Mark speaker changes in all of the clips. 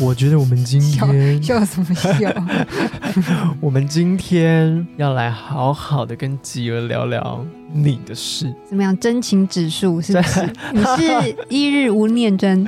Speaker 1: 我觉得我们今天，
Speaker 2: 笑什么笑？
Speaker 1: 我们今天要来好好的跟吉儿聊聊你的事。
Speaker 2: 怎么样？真情指数是不 是？你是一日无念真，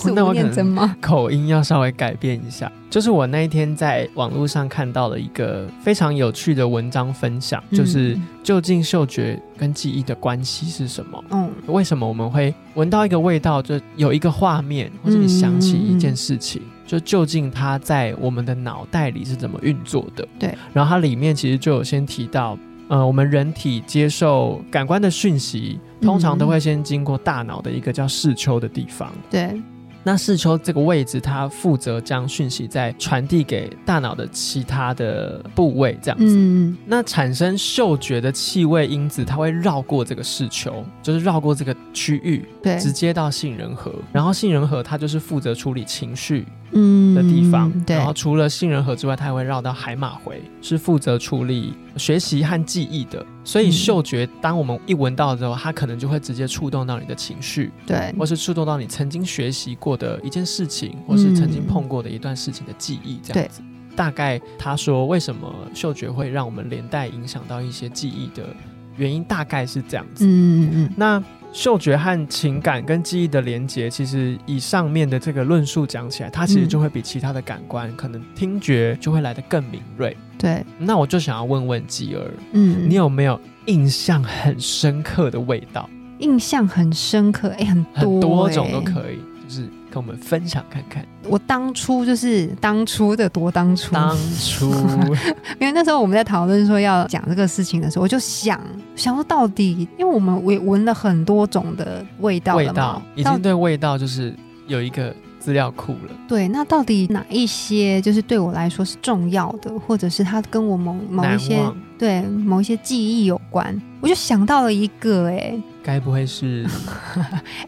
Speaker 2: 是
Speaker 1: 那
Speaker 2: 无
Speaker 1: 我可
Speaker 2: 念真
Speaker 1: 能
Speaker 2: 吗？
Speaker 1: 口音要稍微改变一下。就是我那一天在网络上看到了一个非常有趣的文章分享， 就是
Speaker 2: 嗯
Speaker 1: 究竟嗅觉跟记忆的关系是什么？
Speaker 2: 嗯
Speaker 1: 为什么我们会闻到一个味道，就有一个画面，或者你想起一件事情，就究竟它在我们的脑袋里是怎么运作的？
Speaker 2: 对，
Speaker 1: 然后它里面其实就有先提到。呃，我们人体接受感官的讯息，通常都会先经过大脑的一个叫视丘的地方。
Speaker 2: 对，
Speaker 1: 那视丘这个位置，它负责将讯息再传递给大脑的其他的部位，这样子。
Speaker 2: 嗯，
Speaker 1: 那产生嗅觉的气味因子，它会绕过这个视丘，就是绕过这个区域，
Speaker 2: 对，
Speaker 1: 直接到杏仁核。然后杏仁核它就是负责处理情绪
Speaker 2: 嗯
Speaker 1: 的地方。
Speaker 2: 对
Speaker 1: 然，后除了杏仁核之外，它还会绕到海马回，是负责处理学习和记忆的。所以
Speaker 2: 嗯
Speaker 1: 嗅觉，当我们一闻到之后，它可能就会直接触动到你的情绪。
Speaker 2: 对，
Speaker 1: 或是触动到你曾经学习过的一件事情，或是曾
Speaker 2: 嗯
Speaker 1: 经碰过的一段事情的记忆，这样子。大概他说为什么嗅觉会让我们连带影响到一些记忆的原因，大概是这样子。
Speaker 2: 嗯嗯嗯，
Speaker 1: 那嗅觉和情感跟记忆的连接，其实以上面的这个论述讲起来，它其实
Speaker 2: 嗯
Speaker 1: 就会比其他的感官，可能听觉就会来得更敏锐。
Speaker 2: 对，
Speaker 1: 那我就想要问问吉儿，
Speaker 2: 嗯，
Speaker 1: 你有没有印象很深刻的味道？
Speaker 2: 印象很深刻，哎、很多、
Speaker 1: 很多种都
Speaker 2: 哎
Speaker 1: 可以，就是跟我们分享看看。
Speaker 2: 我当初就是当初的多当初，
Speaker 1: 当初
Speaker 2: 因为那时候我们在讨论说要讲这个事情的时候，我就想想说到底，因为我们也闻了很多种的味道
Speaker 1: 味
Speaker 2: 了
Speaker 1: 道
Speaker 2: 嘛，
Speaker 1: 已
Speaker 2: 到
Speaker 1: 经对味道就是有一个资料库了，
Speaker 2: 对，那到底哪一些就是对我来说是重要的，或者是它跟我某某一
Speaker 1: 难
Speaker 2: 些
Speaker 1: 忘。
Speaker 2: 对某一些记忆有关，我就想到了一个、哎
Speaker 1: 该不 会是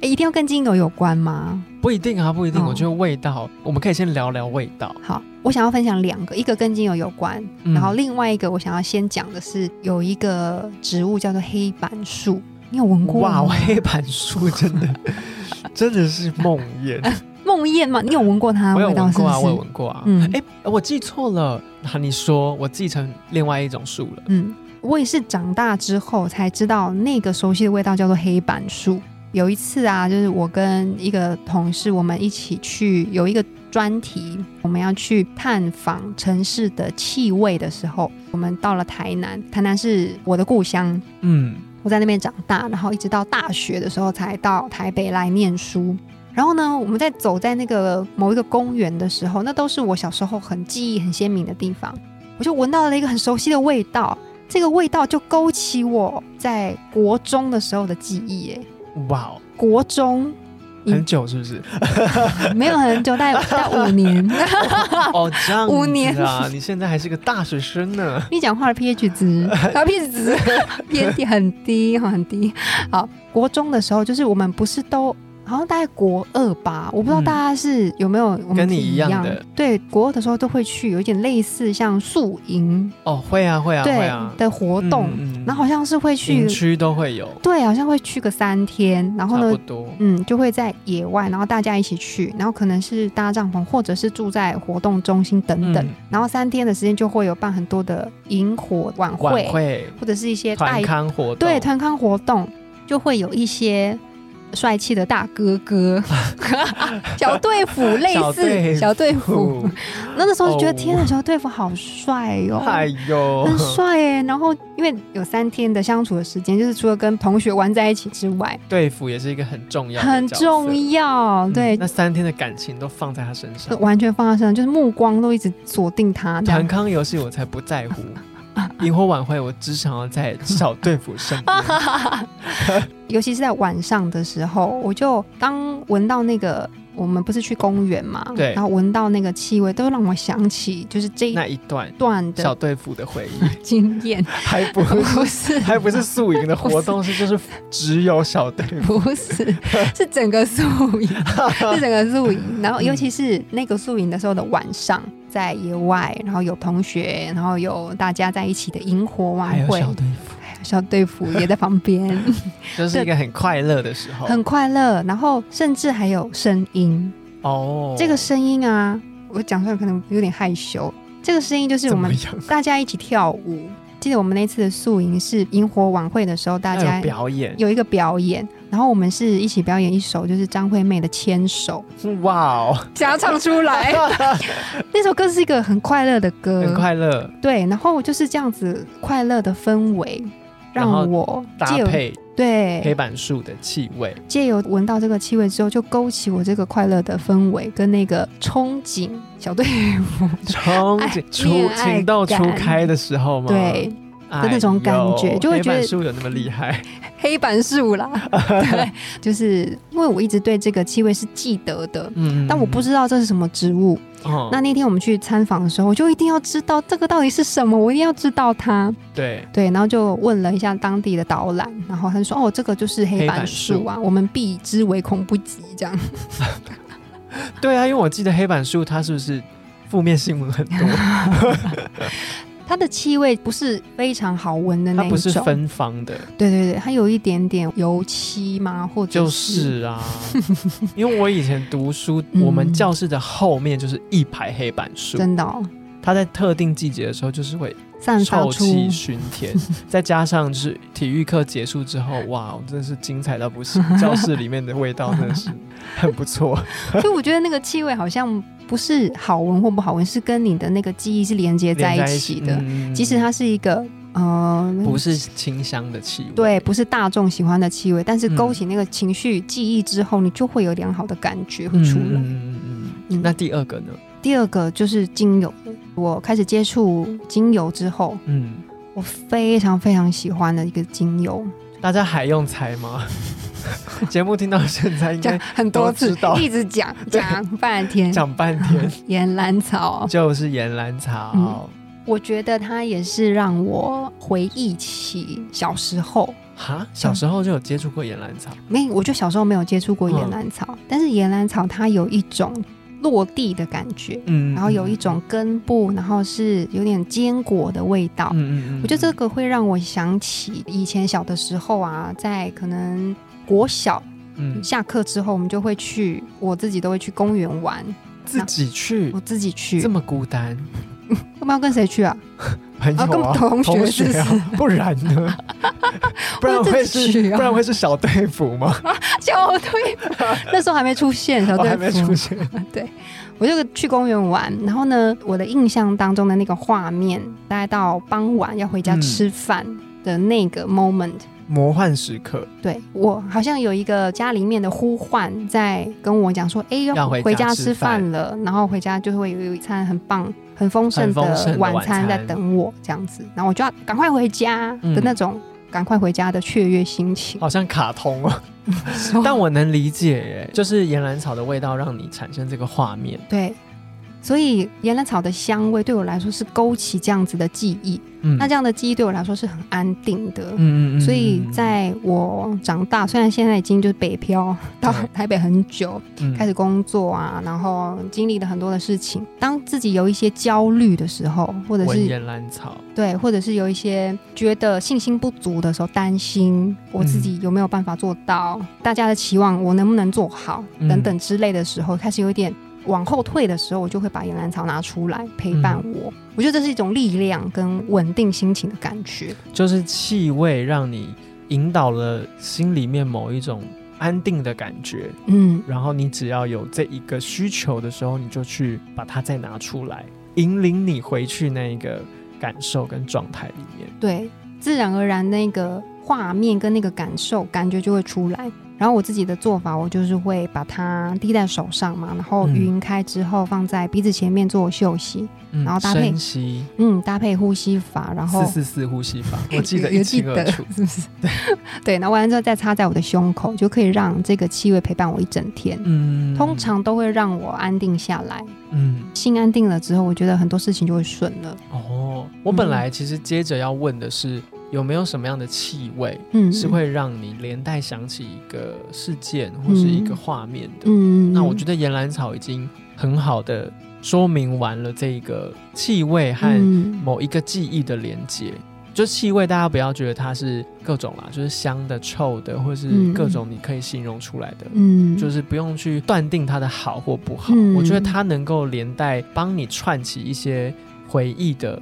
Speaker 2: 哎、一定要跟精油有关吗？
Speaker 1: 不一定啊？不一定，
Speaker 2: 哦
Speaker 1: 我觉得味道，我们可以先聊聊味道。
Speaker 2: 好，我想要分享两个，一个跟精油有关，
Speaker 1: 嗯
Speaker 2: 然后另外一个我想要先讲的是，有一个植物叫做黑板树，你有闻过
Speaker 1: 哇，
Speaker 2: 吗？
Speaker 1: 黑板书真 的真的是梦魇，
Speaker 2: 梦魇吗？你有闻过它
Speaker 1: 我
Speaker 2: 的
Speaker 1: 有
Speaker 2: 味道
Speaker 1: 闻
Speaker 2: 是
Speaker 1: 过
Speaker 2: 不
Speaker 1: 啊，我有
Speaker 2: 是？
Speaker 1: 闻过啊。
Speaker 2: 嗯
Speaker 1: 哎，我记错了，啊你说我记成另外一种树了。
Speaker 2: 嗯，我也是长大之后才知道那个熟悉的味道叫做黑板树。有一次啊，就是我跟一个同事，我们一起去有一个专题，我们要去探访城市的气味的时候，我们到了台南，台南是我的故乡，
Speaker 1: 嗯，
Speaker 2: 我在那边长大，然后一直到大学的时候才到台北来念书。然后呢，我们在走在那个某一个公园的时候，那都是我小时候很记忆很鲜明的地方，我就闻到了一个很熟悉的味道，这个味道就勾起我在国中的时候的记忆。哎，
Speaker 1: 哇哦，
Speaker 2: 国中你
Speaker 1: 很久是 不是？
Speaker 2: 没有很久，大概大概五年。
Speaker 1: 哦，这样
Speaker 2: 五
Speaker 1: 子
Speaker 2: 年
Speaker 1: 啊，你现在还是个大学生呢。
Speaker 2: 你讲话的 pH 值， 啊 pH 值 pH 很低哈，很低。好，国中的时候就是我们不是都好像大概国二吧，我不知道
Speaker 1: 嗯
Speaker 2: 大家是有没有我们
Speaker 1: 跟你
Speaker 2: 自己
Speaker 1: 一
Speaker 2: 一
Speaker 1: 样的
Speaker 2: 对，国二的时候都会去有一点类似像宿营、
Speaker 1: 哦，会啊，会啊，会
Speaker 2: 对、
Speaker 1: 啊。
Speaker 2: 的活动，
Speaker 1: 嗯嗯嗯
Speaker 2: 然后好像是会
Speaker 1: 营
Speaker 2: 去，
Speaker 1: 区都会有，
Speaker 2: 对，好像会去个三天，然后
Speaker 1: 差
Speaker 2: 呢
Speaker 1: 不。多。
Speaker 2: 嗯，就会在野外，然后大家一起去，然后可能是搭帐篷，或者是住在活动中心等等。
Speaker 1: 嗯
Speaker 2: 然后三天的时间就会有办很多的萤火晚会，
Speaker 1: 晚会、
Speaker 2: 或者是一些带
Speaker 1: 团康活动，
Speaker 2: 对团康活动，就会有一些帅气的大哥 哥、小队服类
Speaker 1: 小队
Speaker 2: 似小队服。
Speaker 1: 哦，
Speaker 2: 那那时候就觉得
Speaker 1: 哦
Speaker 2: 天啊，小队服好帅哦。
Speaker 1: 哎呦，
Speaker 2: 很 帅耶！然后因为有三天的相处的时间，就是除了跟同学玩在一起之外，
Speaker 1: 队服也是一个很重要的角色，
Speaker 2: 很重要。
Speaker 1: 嗯
Speaker 2: 对，
Speaker 1: 那三天的感情都放在他身上。
Speaker 2: 完全放在身上，就是目光都一直锁定他。这样
Speaker 1: 团康游戏我才不在 乎，萤火晚会我只想要在小队服身边。
Speaker 2: 尤其是在晚上的时候，我就当闻到那个我们不是去公园嘛，
Speaker 1: 对
Speaker 2: 然后闻到那个气味，都让我想起就是这一
Speaker 1: 那一段
Speaker 2: 段
Speaker 1: 小
Speaker 2: 的
Speaker 1: 队服的回忆，
Speaker 2: 经 验，
Speaker 1: 还不
Speaker 2: 不是。
Speaker 1: 还不是宿营的活动，是就是只有小队服。
Speaker 2: 不是，是整个宿 营，是整个宿营。然后，尤其是那个宿营的时候的晚上，在野外，然后有同学，然后有大家在一起的萤火晚会，
Speaker 1: 队服，
Speaker 2: 小队服也在旁边，
Speaker 1: 就是一个很快乐的时候。
Speaker 2: 很快乐。然后，甚至还有声音，
Speaker 1: 哦，
Speaker 2: 这个声音啊，我讲出来可能有点害羞。这个声音就是我
Speaker 1: 怎么
Speaker 2: 们
Speaker 1: 样？
Speaker 2: 大家一起跳舞。记得我们那次的宿营是萤火晚会的时候，大
Speaker 1: 要
Speaker 2: 家
Speaker 1: 有哎表演，
Speaker 2: 有一个表演，然后我们是一起表演一首就是张惠妹的《牵手
Speaker 1: 哇哦，》，
Speaker 2: 想要唱出来。 那首歌是一个很快乐的歌，
Speaker 1: 很快乐，
Speaker 2: 对，然后 就是这样子快乐的氛围，
Speaker 1: 然后
Speaker 2: 让我
Speaker 1: 搭
Speaker 2: 借由
Speaker 1: 配黑
Speaker 2: 对
Speaker 1: 板树的气 味，
Speaker 2: 借由闻到这个气味之后，就勾起我这个快乐的氛围跟那个憧憬小队服，
Speaker 1: 憧
Speaker 2: 哎
Speaker 1: 憬初
Speaker 2: 恋爱
Speaker 1: 情窦初
Speaker 2: 感
Speaker 1: 开的时候吗？
Speaker 2: 对，
Speaker 1: 哎呦，
Speaker 2: 的那种感觉就会觉得
Speaker 1: 黑板树有那么厉害，
Speaker 2: 黑板树 啦，对，就是因为我一直对这个气味是记得的。
Speaker 1: 嗯
Speaker 2: 但我不
Speaker 1: 是，
Speaker 2: 知道这是什么植物，
Speaker 1: 哦
Speaker 2: 那那天我们去参访的时候，我就一定要知道这个到底是什么，我一定要知道它。
Speaker 1: 对，
Speaker 2: 对，然后就问了一下当地的导览，然后他就说：“哦，这个就是黑板树
Speaker 1: 黑
Speaker 2: 啊，我们避之唯恐不及。”这样，
Speaker 1: 对啊，因为我记得黑板树它是不是负面新闻很多，
Speaker 2: 它的气味不是非常好闻的
Speaker 1: 它
Speaker 2: 那一
Speaker 1: 不是
Speaker 2: 种。
Speaker 1: 芬芳的，
Speaker 2: 对对对，它有一点点油漆吗？或者
Speaker 1: 就 是啊，因为我以前读书，
Speaker 2: 嗯
Speaker 1: 我们教室的后面就是一排黑板树，
Speaker 2: 真的、哦、
Speaker 1: 它在特定季节的时候就是会
Speaker 2: 散发
Speaker 1: 臭
Speaker 2: 出
Speaker 1: 气熏天，再加上就是体育课结束之后，哇，真的是精彩到不行，教室里面的味道真的是很不错。
Speaker 2: 所以我觉得那个气味好像不是好闻或不好闻，是跟你的那个记忆是连接在
Speaker 1: 连
Speaker 2: 一起的。
Speaker 1: 嗯
Speaker 2: 即使它是一个呃，
Speaker 1: 不是清香的气味，
Speaker 2: 对，不是大众喜欢的气味，但是勾
Speaker 1: 嗯
Speaker 2: 起那个情绪记忆之后，你就会有良好的感觉会
Speaker 1: 嗯，
Speaker 2: 出
Speaker 1: 嗯
Speaker 2: 来。
Speaker 1: 嗯嗯嗯
Speaker 2: 嗯
Speaker 1: 那第二个呢？
Speaker 2: 第二个就是精油，我开始接触精油之后，
Speaker 1: 嗯，
Speaker 2: 我非常非常喜欢的一个精油，
Speaker 1: 大家还用猜吗？节目听到现在应
Speaker 2: 讲
Speaker 1: 该
Speaker 2: 很多
Speaker 1: 都
Speaker 2: 次
Speaker 1: 知道，
Speaker 2: 一直讲
Speaker 1: 对
Speaker 2: 讲半天。
Speaker 1: 讲半天，
Speaker 2: 岩兰草，
Speaker 1: 就是岩兰草。
Speaker 2: 我觉得它也是让我回忆起小时候。
Speaker 1: 哈，小时候就有接触过岩兰草，
Speaker 2: 没，我就小时候没有接触过岩
Speaker 1: 嗯
Speaker 2: 兰草，但是岩兰草它有一种落地的感觉，
Speaker 1: 嗯
Speaker 2: 然后有一种，根部，然后是有点坚果的味道。
Speaker 1: 嗯嗯
Speaker 2: 我觉得这个会让我想起以前小的时候啊，在可能国小
Speaker 1: 嗯
Speaker 2: 下课之后，我们就会去，我自己都会去公园玩，
Speaker 1: 自己去
Speaker 2: 我自己去
Speaker 1: 嗯这。么孤单，
Speaker 2: 要不要跟谁去啊？
Speaker 1: 朋友
Speaker 2: 啊跟
Speaker 1: 啊，
Speaker 2: 同学
Speaker 1: 学啊
Speaker 2: 是，
Speaker 1: 不然呢？不然会
Speaker 2: 我自己
Speaker 1: 是
Speaker 2: 去啊
Speaker 1: 不然会是小队服吗？
Speaker 2: 小队， 那时候还没出现小
Speaker 1: 我哦还
Speaker 2: 队
Speaker 1: 没
Speaker 2: 服
Speaker 1: 出，现，
Speaker 2: 我就去公园玩。然后呢，我的印象当中的那个画面，大概到傍晚要回家
Speaker 1: 嗯
Speaker 2: 吃饭的那个 moment，
Speaker 1: 魔幻时刻
Speaker 2: 对我好像有一个家里面的呼唤在跟我讲说，哎，
Speaker 1: 要回
Speaker 2: 回
Speaker 1: 家
Speaker 2: 家
Speaker 1: 吃
Speaker 2: 吃
Speaker 1: 饭
Speaker 2: 饭了，然后回家就会有一餐很棒、很丰盛
Speaker 1: 很丰盛
Speaker 2: 的
Speaker 1: 的
Speaker 2: 晚
Speaker 1: 晚
Speaker 2: 餐在
Speaker 1: 餐
Speaker 2: 等我，这样子，然后我就要赶快回家的那
Speaker 1: 嗯
Speaker 2: 种。赶快回家的雀跃心情，
Speaker 1: 好像卡通哦， 但我能理解耶，就是岩兰草的味道让你产生这个画面，
Speaker 2: 对，所以岩兰草的香味对我来说是勾起这样子的记忆，
Speaker 1: 嗯
Speaker 2: 那这样的记忆对我来说是很安定的。
Speaker 1: 嗯
Speaker 2: 所以在我长大，虽然现在已经就是北漂到
Speaker 1: 对
Speaker 2: 台北很久，开
Speaker 1: 始
Speaker 2: 始工作啊，然后经历了很多的事情。当自己有一些焦虑的时候，或者
Speaker 1: 闻
Speaker 2: 是
Speaker 1: 岩兰草，
Speaker 2: 对，或者是有一些觉得信心不足的时候，担心我
Speaker 1: 嗯
Speaker 2: 自己有没有办法做到，大家的期望我能不能做好、
Speaker 1: 嗯
Speaker 2: 等等之类的时候，开始有一点往后退的时候，我就会把岩兰草拿出来陪伴
Speaker 1: 嗯
Speaker 2: 我。我觉得这是一种力量跟稳定心情的感觉。
Speaker 1: 就是气味让你引导了心里面某一种安定的感觉，
Speaker 2: 嗯，
Speaker 1: 然后你只要有这一个需求的时候，你就去把它再拿出来，引领你回去那一个感受跟状态里面。
Speaker 2: 对，自然而然那个画面跟那个感受感觉就会出来。然后我自己的做法，我就是会把它滴在手上嘛，然后
Speaker 1: 嗯
Speaker 2: 匀开之后放在鼻子前面做休息，
Speaker 1: 嗯
Speaker 2: 然后搭配
Speaker 1: 深吸
Speaker 2: 嗯，搭配呼吸法，然后
Speaker 1: 四四四呼吸法，我记得
Speaker 2: 有
Speaker 1: 一
Speaker 2: 有记
Speaker 1: 清二
Speaker 2: 得
Speaker 1: 楚。
Speaker 2: 是不是？ 对，那完了之后再插在我的胸口，就可以让这个气味陪伴我一整天。
Speaker 1: 嗯
Speaker 2: 通常都会让我安定下来，
Speaker 1: 嗯
Speaker 2: 心安定了之后，我觉得很多事情就会顺了。
Speaker 1: 哦，我本来其实接着要问的是有没有什么样的气味
Speaker 2: 嗯，
Speaker 1: 是会让你连带想起一个事件或是一个画面的？
Speaker 2: 嗯，
Speaker 1: 那我觉
Speaker 2: 得
Speaker 1: 得岩兰草已经很好的说明完了这一个气味和
Speaker 2: 嗯
Speaker 1: 某一个记忆的连接。就气味，大家不要觉得它是各种啦，就是香的、臭的，或是
Speaker 2: 嗯
Speaker 1: 各种你可以形容出来的，
Speaker 2: 嗯，
Speaker 1: 就是不用去断定它的好或不好。
Speaker 2: 嗯
Speaker 1: 我觉得它能够连带帮你串起一些回忆的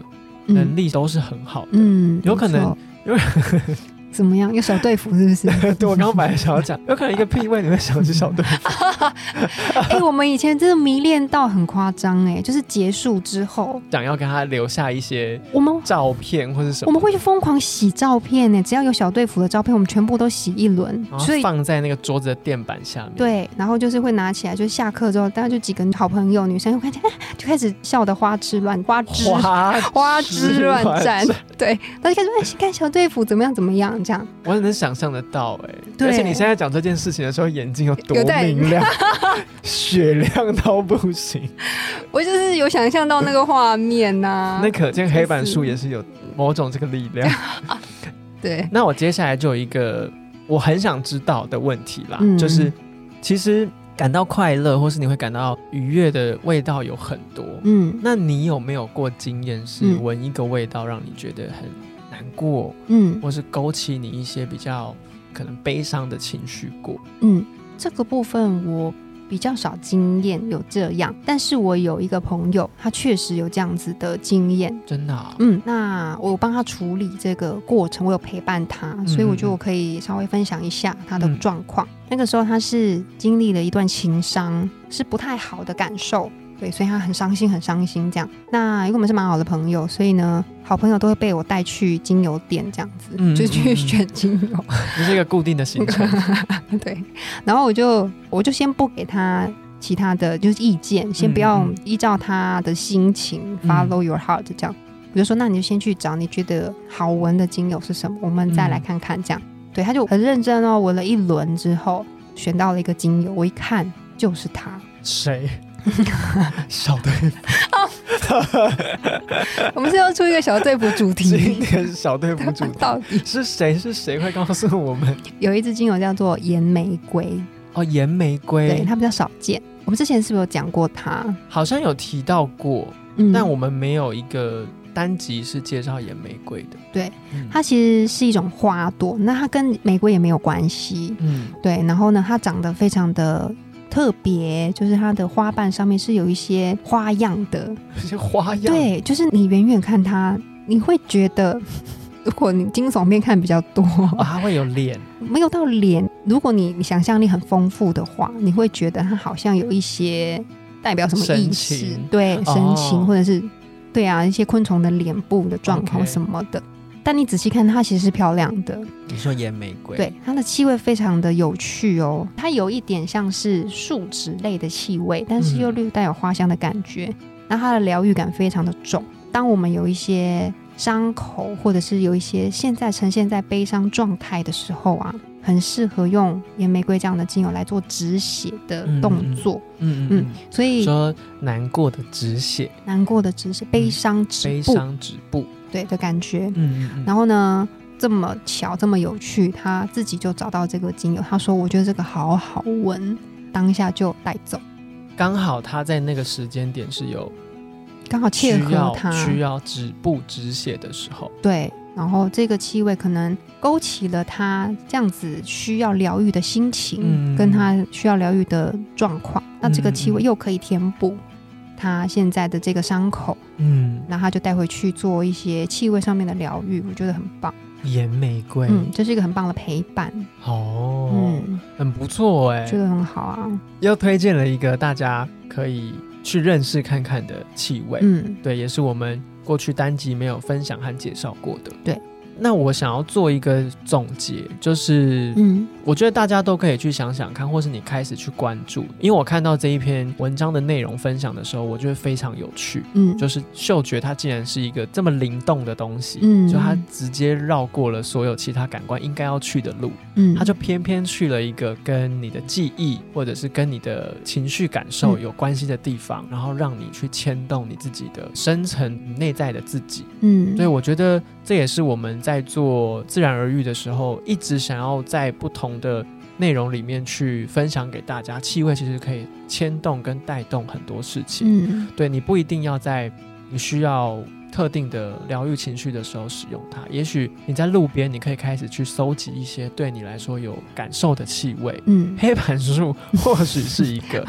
Speaker 2: 嗯
Speaker 1: 能力都是很好的。
Speaker 2: 嗯，
Speaker 1: 有可能
Speaker 2: 没错
Speaker 1: 因为
Speaker 2: 怎么样？用手对付是不是？
Speaker 1: 对我刚刚本来想要讲，有可能一个屁味你会想起小队服，
Speaker 2: 哎、我们以前真的迷恋到很夸张哎，就是结束之后，
Speaker 1: 想要跟他留下一些
Speaker 2: 我们
Speaker 1: 照片或是什
Speaker 2: 我
Speaker 1: 么，
Speaker 2: 们会去疯狂洗照片呢，只要有小队服的照片，我们全部都洗一轮，
Speaker 1: 然后
Speaker 2: 哦所以。
Speaker 1: 放在那个桌子的垫板下面。，
Speaker 2: 对，然后就是会拿起来，就是下课之后，大家就几个好朋友，女生就开始就开始笑得花枝乱花枝
Speaker 1: 花
Speaker 2: 花枝乱颤，对，然后就开始哎，看小队服怎么样怎么样这样，
Speaker 1: 我很能想象得到哎、
Speaker 2: 对
Speaker 1: 而且你现在讲这件事情的时候，眼睛有多
Speaker 2: 有在
Speaker 1: 明亮，雪亮到不行。
Speaker 2: 我就是有想象到那个画面啊呐、
Speaker 1: 那可见黑板书
Speaker 2: 就是
Speaker 1: 也是有某种这个力量。
Speaker 2: 对，
Speaker 1: 那我接下来就有一个我很想知道的问题啦，
Speaker 2: 嗯
Speaker 1: 就是其实感到快乐或是你会感到愉悦的味道有很多，
Speaker 2: 嗯
Speaker 1: 那你有没有过经验是
Speaker 2: 嗯
Speaker 1: 闻一个味道让你觉得很难过，
Speaker 2: 嗯
Speaker 1: 或是勾起你一些比较可能悲伤的情绪过？
Speaker 2: 嗯，这个部分我比较少经验有这样，但是我有一个朋友，他确实有这样子的经验，
Speaker 1: 真的、啊，
Speaker 2: 嗯，那我帮他处理这个过程，我有陪伴他，
Speaker 1: 嗯
Speaker 2: 所以我觉得我可以稍微分享一下他的状况。那个时候他是经历了一段情伤，是不太好的感受。对，所以他很伤心，很伤心这样。那因为我们是蛮好的朋友，所以呢，好朋友都会被我带去精油店这样子，
Speaker 1: 嗯
Speaker 2: 就
Speaker 1: 嗯嗯
Speaker 2: 去
Speaker 1: 嗯
Speaker 2: 选精油。
Speaker 1: 这是一个固定的行程。
Speaker 2: 对，然后我就我就先不给他其他的就是意见，先不要
Speaker 1: 嗯
Speaker 2: 依照他的心情、
Speaker 1: 嗯
Speaker 2: follow your heart 这样。我就说，那你就先去找你觉得好闻的精油是什么，我们再来
Speaker 1: 嗯
Speaker 2: 看看这样。对，他就很认真哦，闻了一轮之后，选到了一个精油，我一看就是它。
Speaker 1: 谁？小队
Speaker 2: 我们是要出一个小队服主
Speaker 1: 今
Speaker 2: 题，
Speaker 1: 天小队服主题
Speaker 2: 到底
Speaker 1: 是谁？是谁会告诉我们？
Speaker 2: 有一支精油叫做岩玫瑰，
Speaker 1: 哦，岩玫
Speaker 2: 对，
Speaker 1: 瑰，
Speaker 2: 它比较少见。我们之前是不是有讲过它？
Speaker 1: 好像有提到过，
Speaker 2: 嗯，
Speaker 1: 但我们没有一个单集是介绍岩玫瑰的。
Speaker 2: 对
Speaker 1: 嗯，
Speaker 2: 它其实是一种花朵，那它跟玫瑰也没有关系。
Speaker 1: 嗯
Speaker 2: 对，然后呢，它长得非常的特别，就是它的花瓣上面是有一些花样的。
Speaker 1: 有些花样，
Speaker 2: 对，就是你远远看它，你会觉得， 如果你惊悚片看比较 多，
Speaker 1: 啊，它会有脸，
Speaker 2: 没有到脸，如果你想象力很丰富的话，你会觉得它好像有一些代表什么
Speaker 1: 神
Speaker 2: 意
Speaker 1: 情
Speaker 2: 识，对，
Speaker 1: 哦
Speaker 2: 神情、或者是对啊一些昆虫的脸部的状况
Speaker 1: OK
Speaker 2: 什么的。但你仔细看，它其实是漂亮的，
Speaker 1: 你说岩玫瑰，
Speaker 2: 对，它的气味非常的有趣哦，它有一点像是树脂类的气味，但是又
Speaker 1: 嗯
Speaker 2: 略带有花香的感觉。那它的疗愈感非常的重。当我们有一些伤口，或者是有一些现在呈现在悲伤状态的时候啊，很适合用岩玫瑰这样的精油来做止血的动作。
Speaker 1: 嗯嗯
Speaker 2: 嗯
Speaker 1: 嗯，
Speaker 2: 所以
Speaker 1: 说难过的止血，
Speaker 2: 难过的止血，悲伤止
Speaker 1: 悲
Speaker 2: 步，
Speaker 1: 伤止步，
Speaker 2: 对的感觉。
Speaker 1: 嗯嗯嗯，
Speaker 2: 然后呢，这么巧，这么有趣，他自己就找到这个精油，他说：“我觉得这个好好闻，当下就带走，
Speaker 1: 嗯刚好他在那个时间点是有
Speaker 2: 刚好
Speaker 1: 需
Speaker 2: 切合
Speaker 1: 要
Speaker 2: 它。
Speaker 1: 需要止步止血的时候，
Speaker 2: 对，然后这个气味可能勾起了他这样子需要疗愈的心情，
Speaker 1: 嗯
Speaker 2: 跟他需要疗愈的状况。那这个气味
Speaker 1: 嗯嗯
Speaker 2: 又可以填补他现在的这个伤口，
Speaker 1: 嗯，
Speaker 2: 那他就带回去做一些气味上面的疗愈，我觉得很棒。
Speaker 1: 岩玫瑰，
Speaker 2: 嗯，这是一个很棒的陪伴，
Speaker 1: 哦，
Speaker 2: 嗯，
Speaker 1: 很不错哎
Speaker 2: 觉，得很好啊，
Speaker 1: 又推荐了一个大家可以去认识看看的气味，
Speaker 2: 嗯。
Speaker 1: 对，也是我们过去单集没有分享和介绍过的。
Speaker 2: 对，
Speaker 1: 那我想要做一个总结，就是
Speaker 2: 嗯
Speaker 1: 我觉得大家都可以去想想看，或是你开始去关注。因为我看到这一篇文章的内容分享的时候，我觉得非常有趣。
Speaker 2: 嗯，
Speaker 1: 就是嗅觉，它竟然是一个这么灵动的东西，
Speaker 2: 嗯
Speaker 1: 就它直接绕过了所有其他感官应该要去的路，
Speaker 2: 嗯，
Speaker 1: 它就偏偏去了一个跟你的记忆或者是跟你的情绪感受
Speaker 2: 嗯
Speaker 1: 有关系的地方，然后让你去牵动你自己的深层内在的自己。
Speaker 2: 嗯，
Speaker 1: 所以我觉得这也是我们在做自然而愈的时候，一直想要在不同的内容里面去分享给大家。气味其实可以牵动跟带动很多事情，
Speaker 2: 嗯
Speaker 1: 对你不一定要在你需要特定的疗愈情绪的时候使用它。也许你在路边，你可以开始去搜集一些对你来说有感受的气味。
Speaker 2: 嗯
Speaker 1: 黑板树 或许是一个，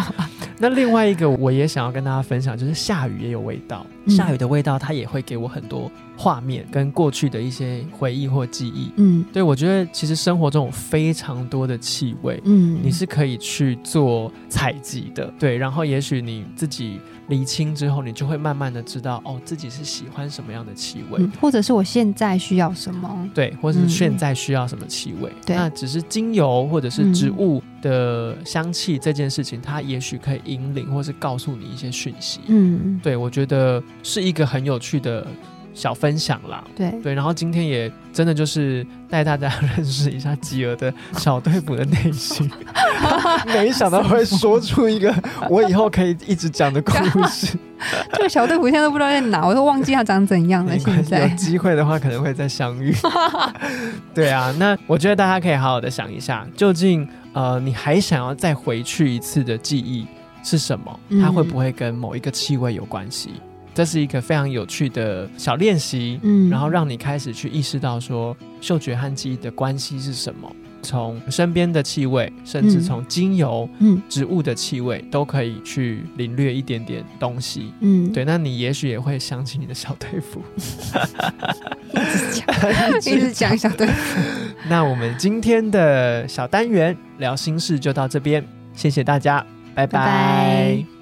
Speaker 1: 那另外一个我也想要跟大家分享，就是下雨也有味道，
Speaker 2: 嗯
Speaker 1: 下雨的味道它也会给我很多画面跟过去的一些回忆或记忆。
Speaker 2: 嗯
Speaker 1: 对我觉得其实生活中有非常多的气味，
Speaker 2: 嗯，
Speaker 1: 你是可以去做采集的，对，然后也许你自己理清之后，你就会慢慢的知道哦，自己是喜欢什么样的气味，
Speaker 2: 嗯，或者是我现在需要什么？
Speaker 1: 对，或是
Speaker 2: 嗯
Speaker 1: 现在需要什么气味。
Speaker 2: 对嗯
Speaker 1: 那只是精油或者是植物的香气这件事情，它也许可以引领或是告诉你一些讯息。
Speaker 2: 嗯，
Speaker 1: 对我觉得是一个很有趣的小分享啦。
Speaker 2: 对，
Speaker 1: 对，然后今天也真的就是带大家 认识一下吉儿的小队服的内 心，没想到会说出一个我以后可以一直讲的故事。
Speaker 2: 这个小队服现在都不知道在哪，我都忘记它长怎样了。
Speaker 1: 没关
Speaker 2: 现
Speaker 1: 系有
Speaker 2: 在，
Speaker 1: 机会的话可能会再相 遇。对啊，那我觉得大家可以好好的想一下，究竟呃你还想要再回去一次的记忆是什么？
Speaker 2: 嗯
Speaker 1: 它会不会跟某一个气味有关系？这是一个非常有趣的小练习，
Speaker 2: 嗯
Speaker 1: 然后让你开始去意识到说嗅觉和记忆的关系是什么。从身边的气味，甚至
Speaker 2: 嗯
Speaker 1: 从精油、
Speaker 2: 嗯
Speaker 1: 植物的气味，都可以去领略一点点东西。
Speaker 2: 嗯，
Speaker 1: 对，那你也许也会想起你的小队服。
Speaker 2: 一直讲小队服，
Speaker 1: 那我们今天的小单元聊心事就到这边，谢谢大家，拜
Speaker 2: 拜拜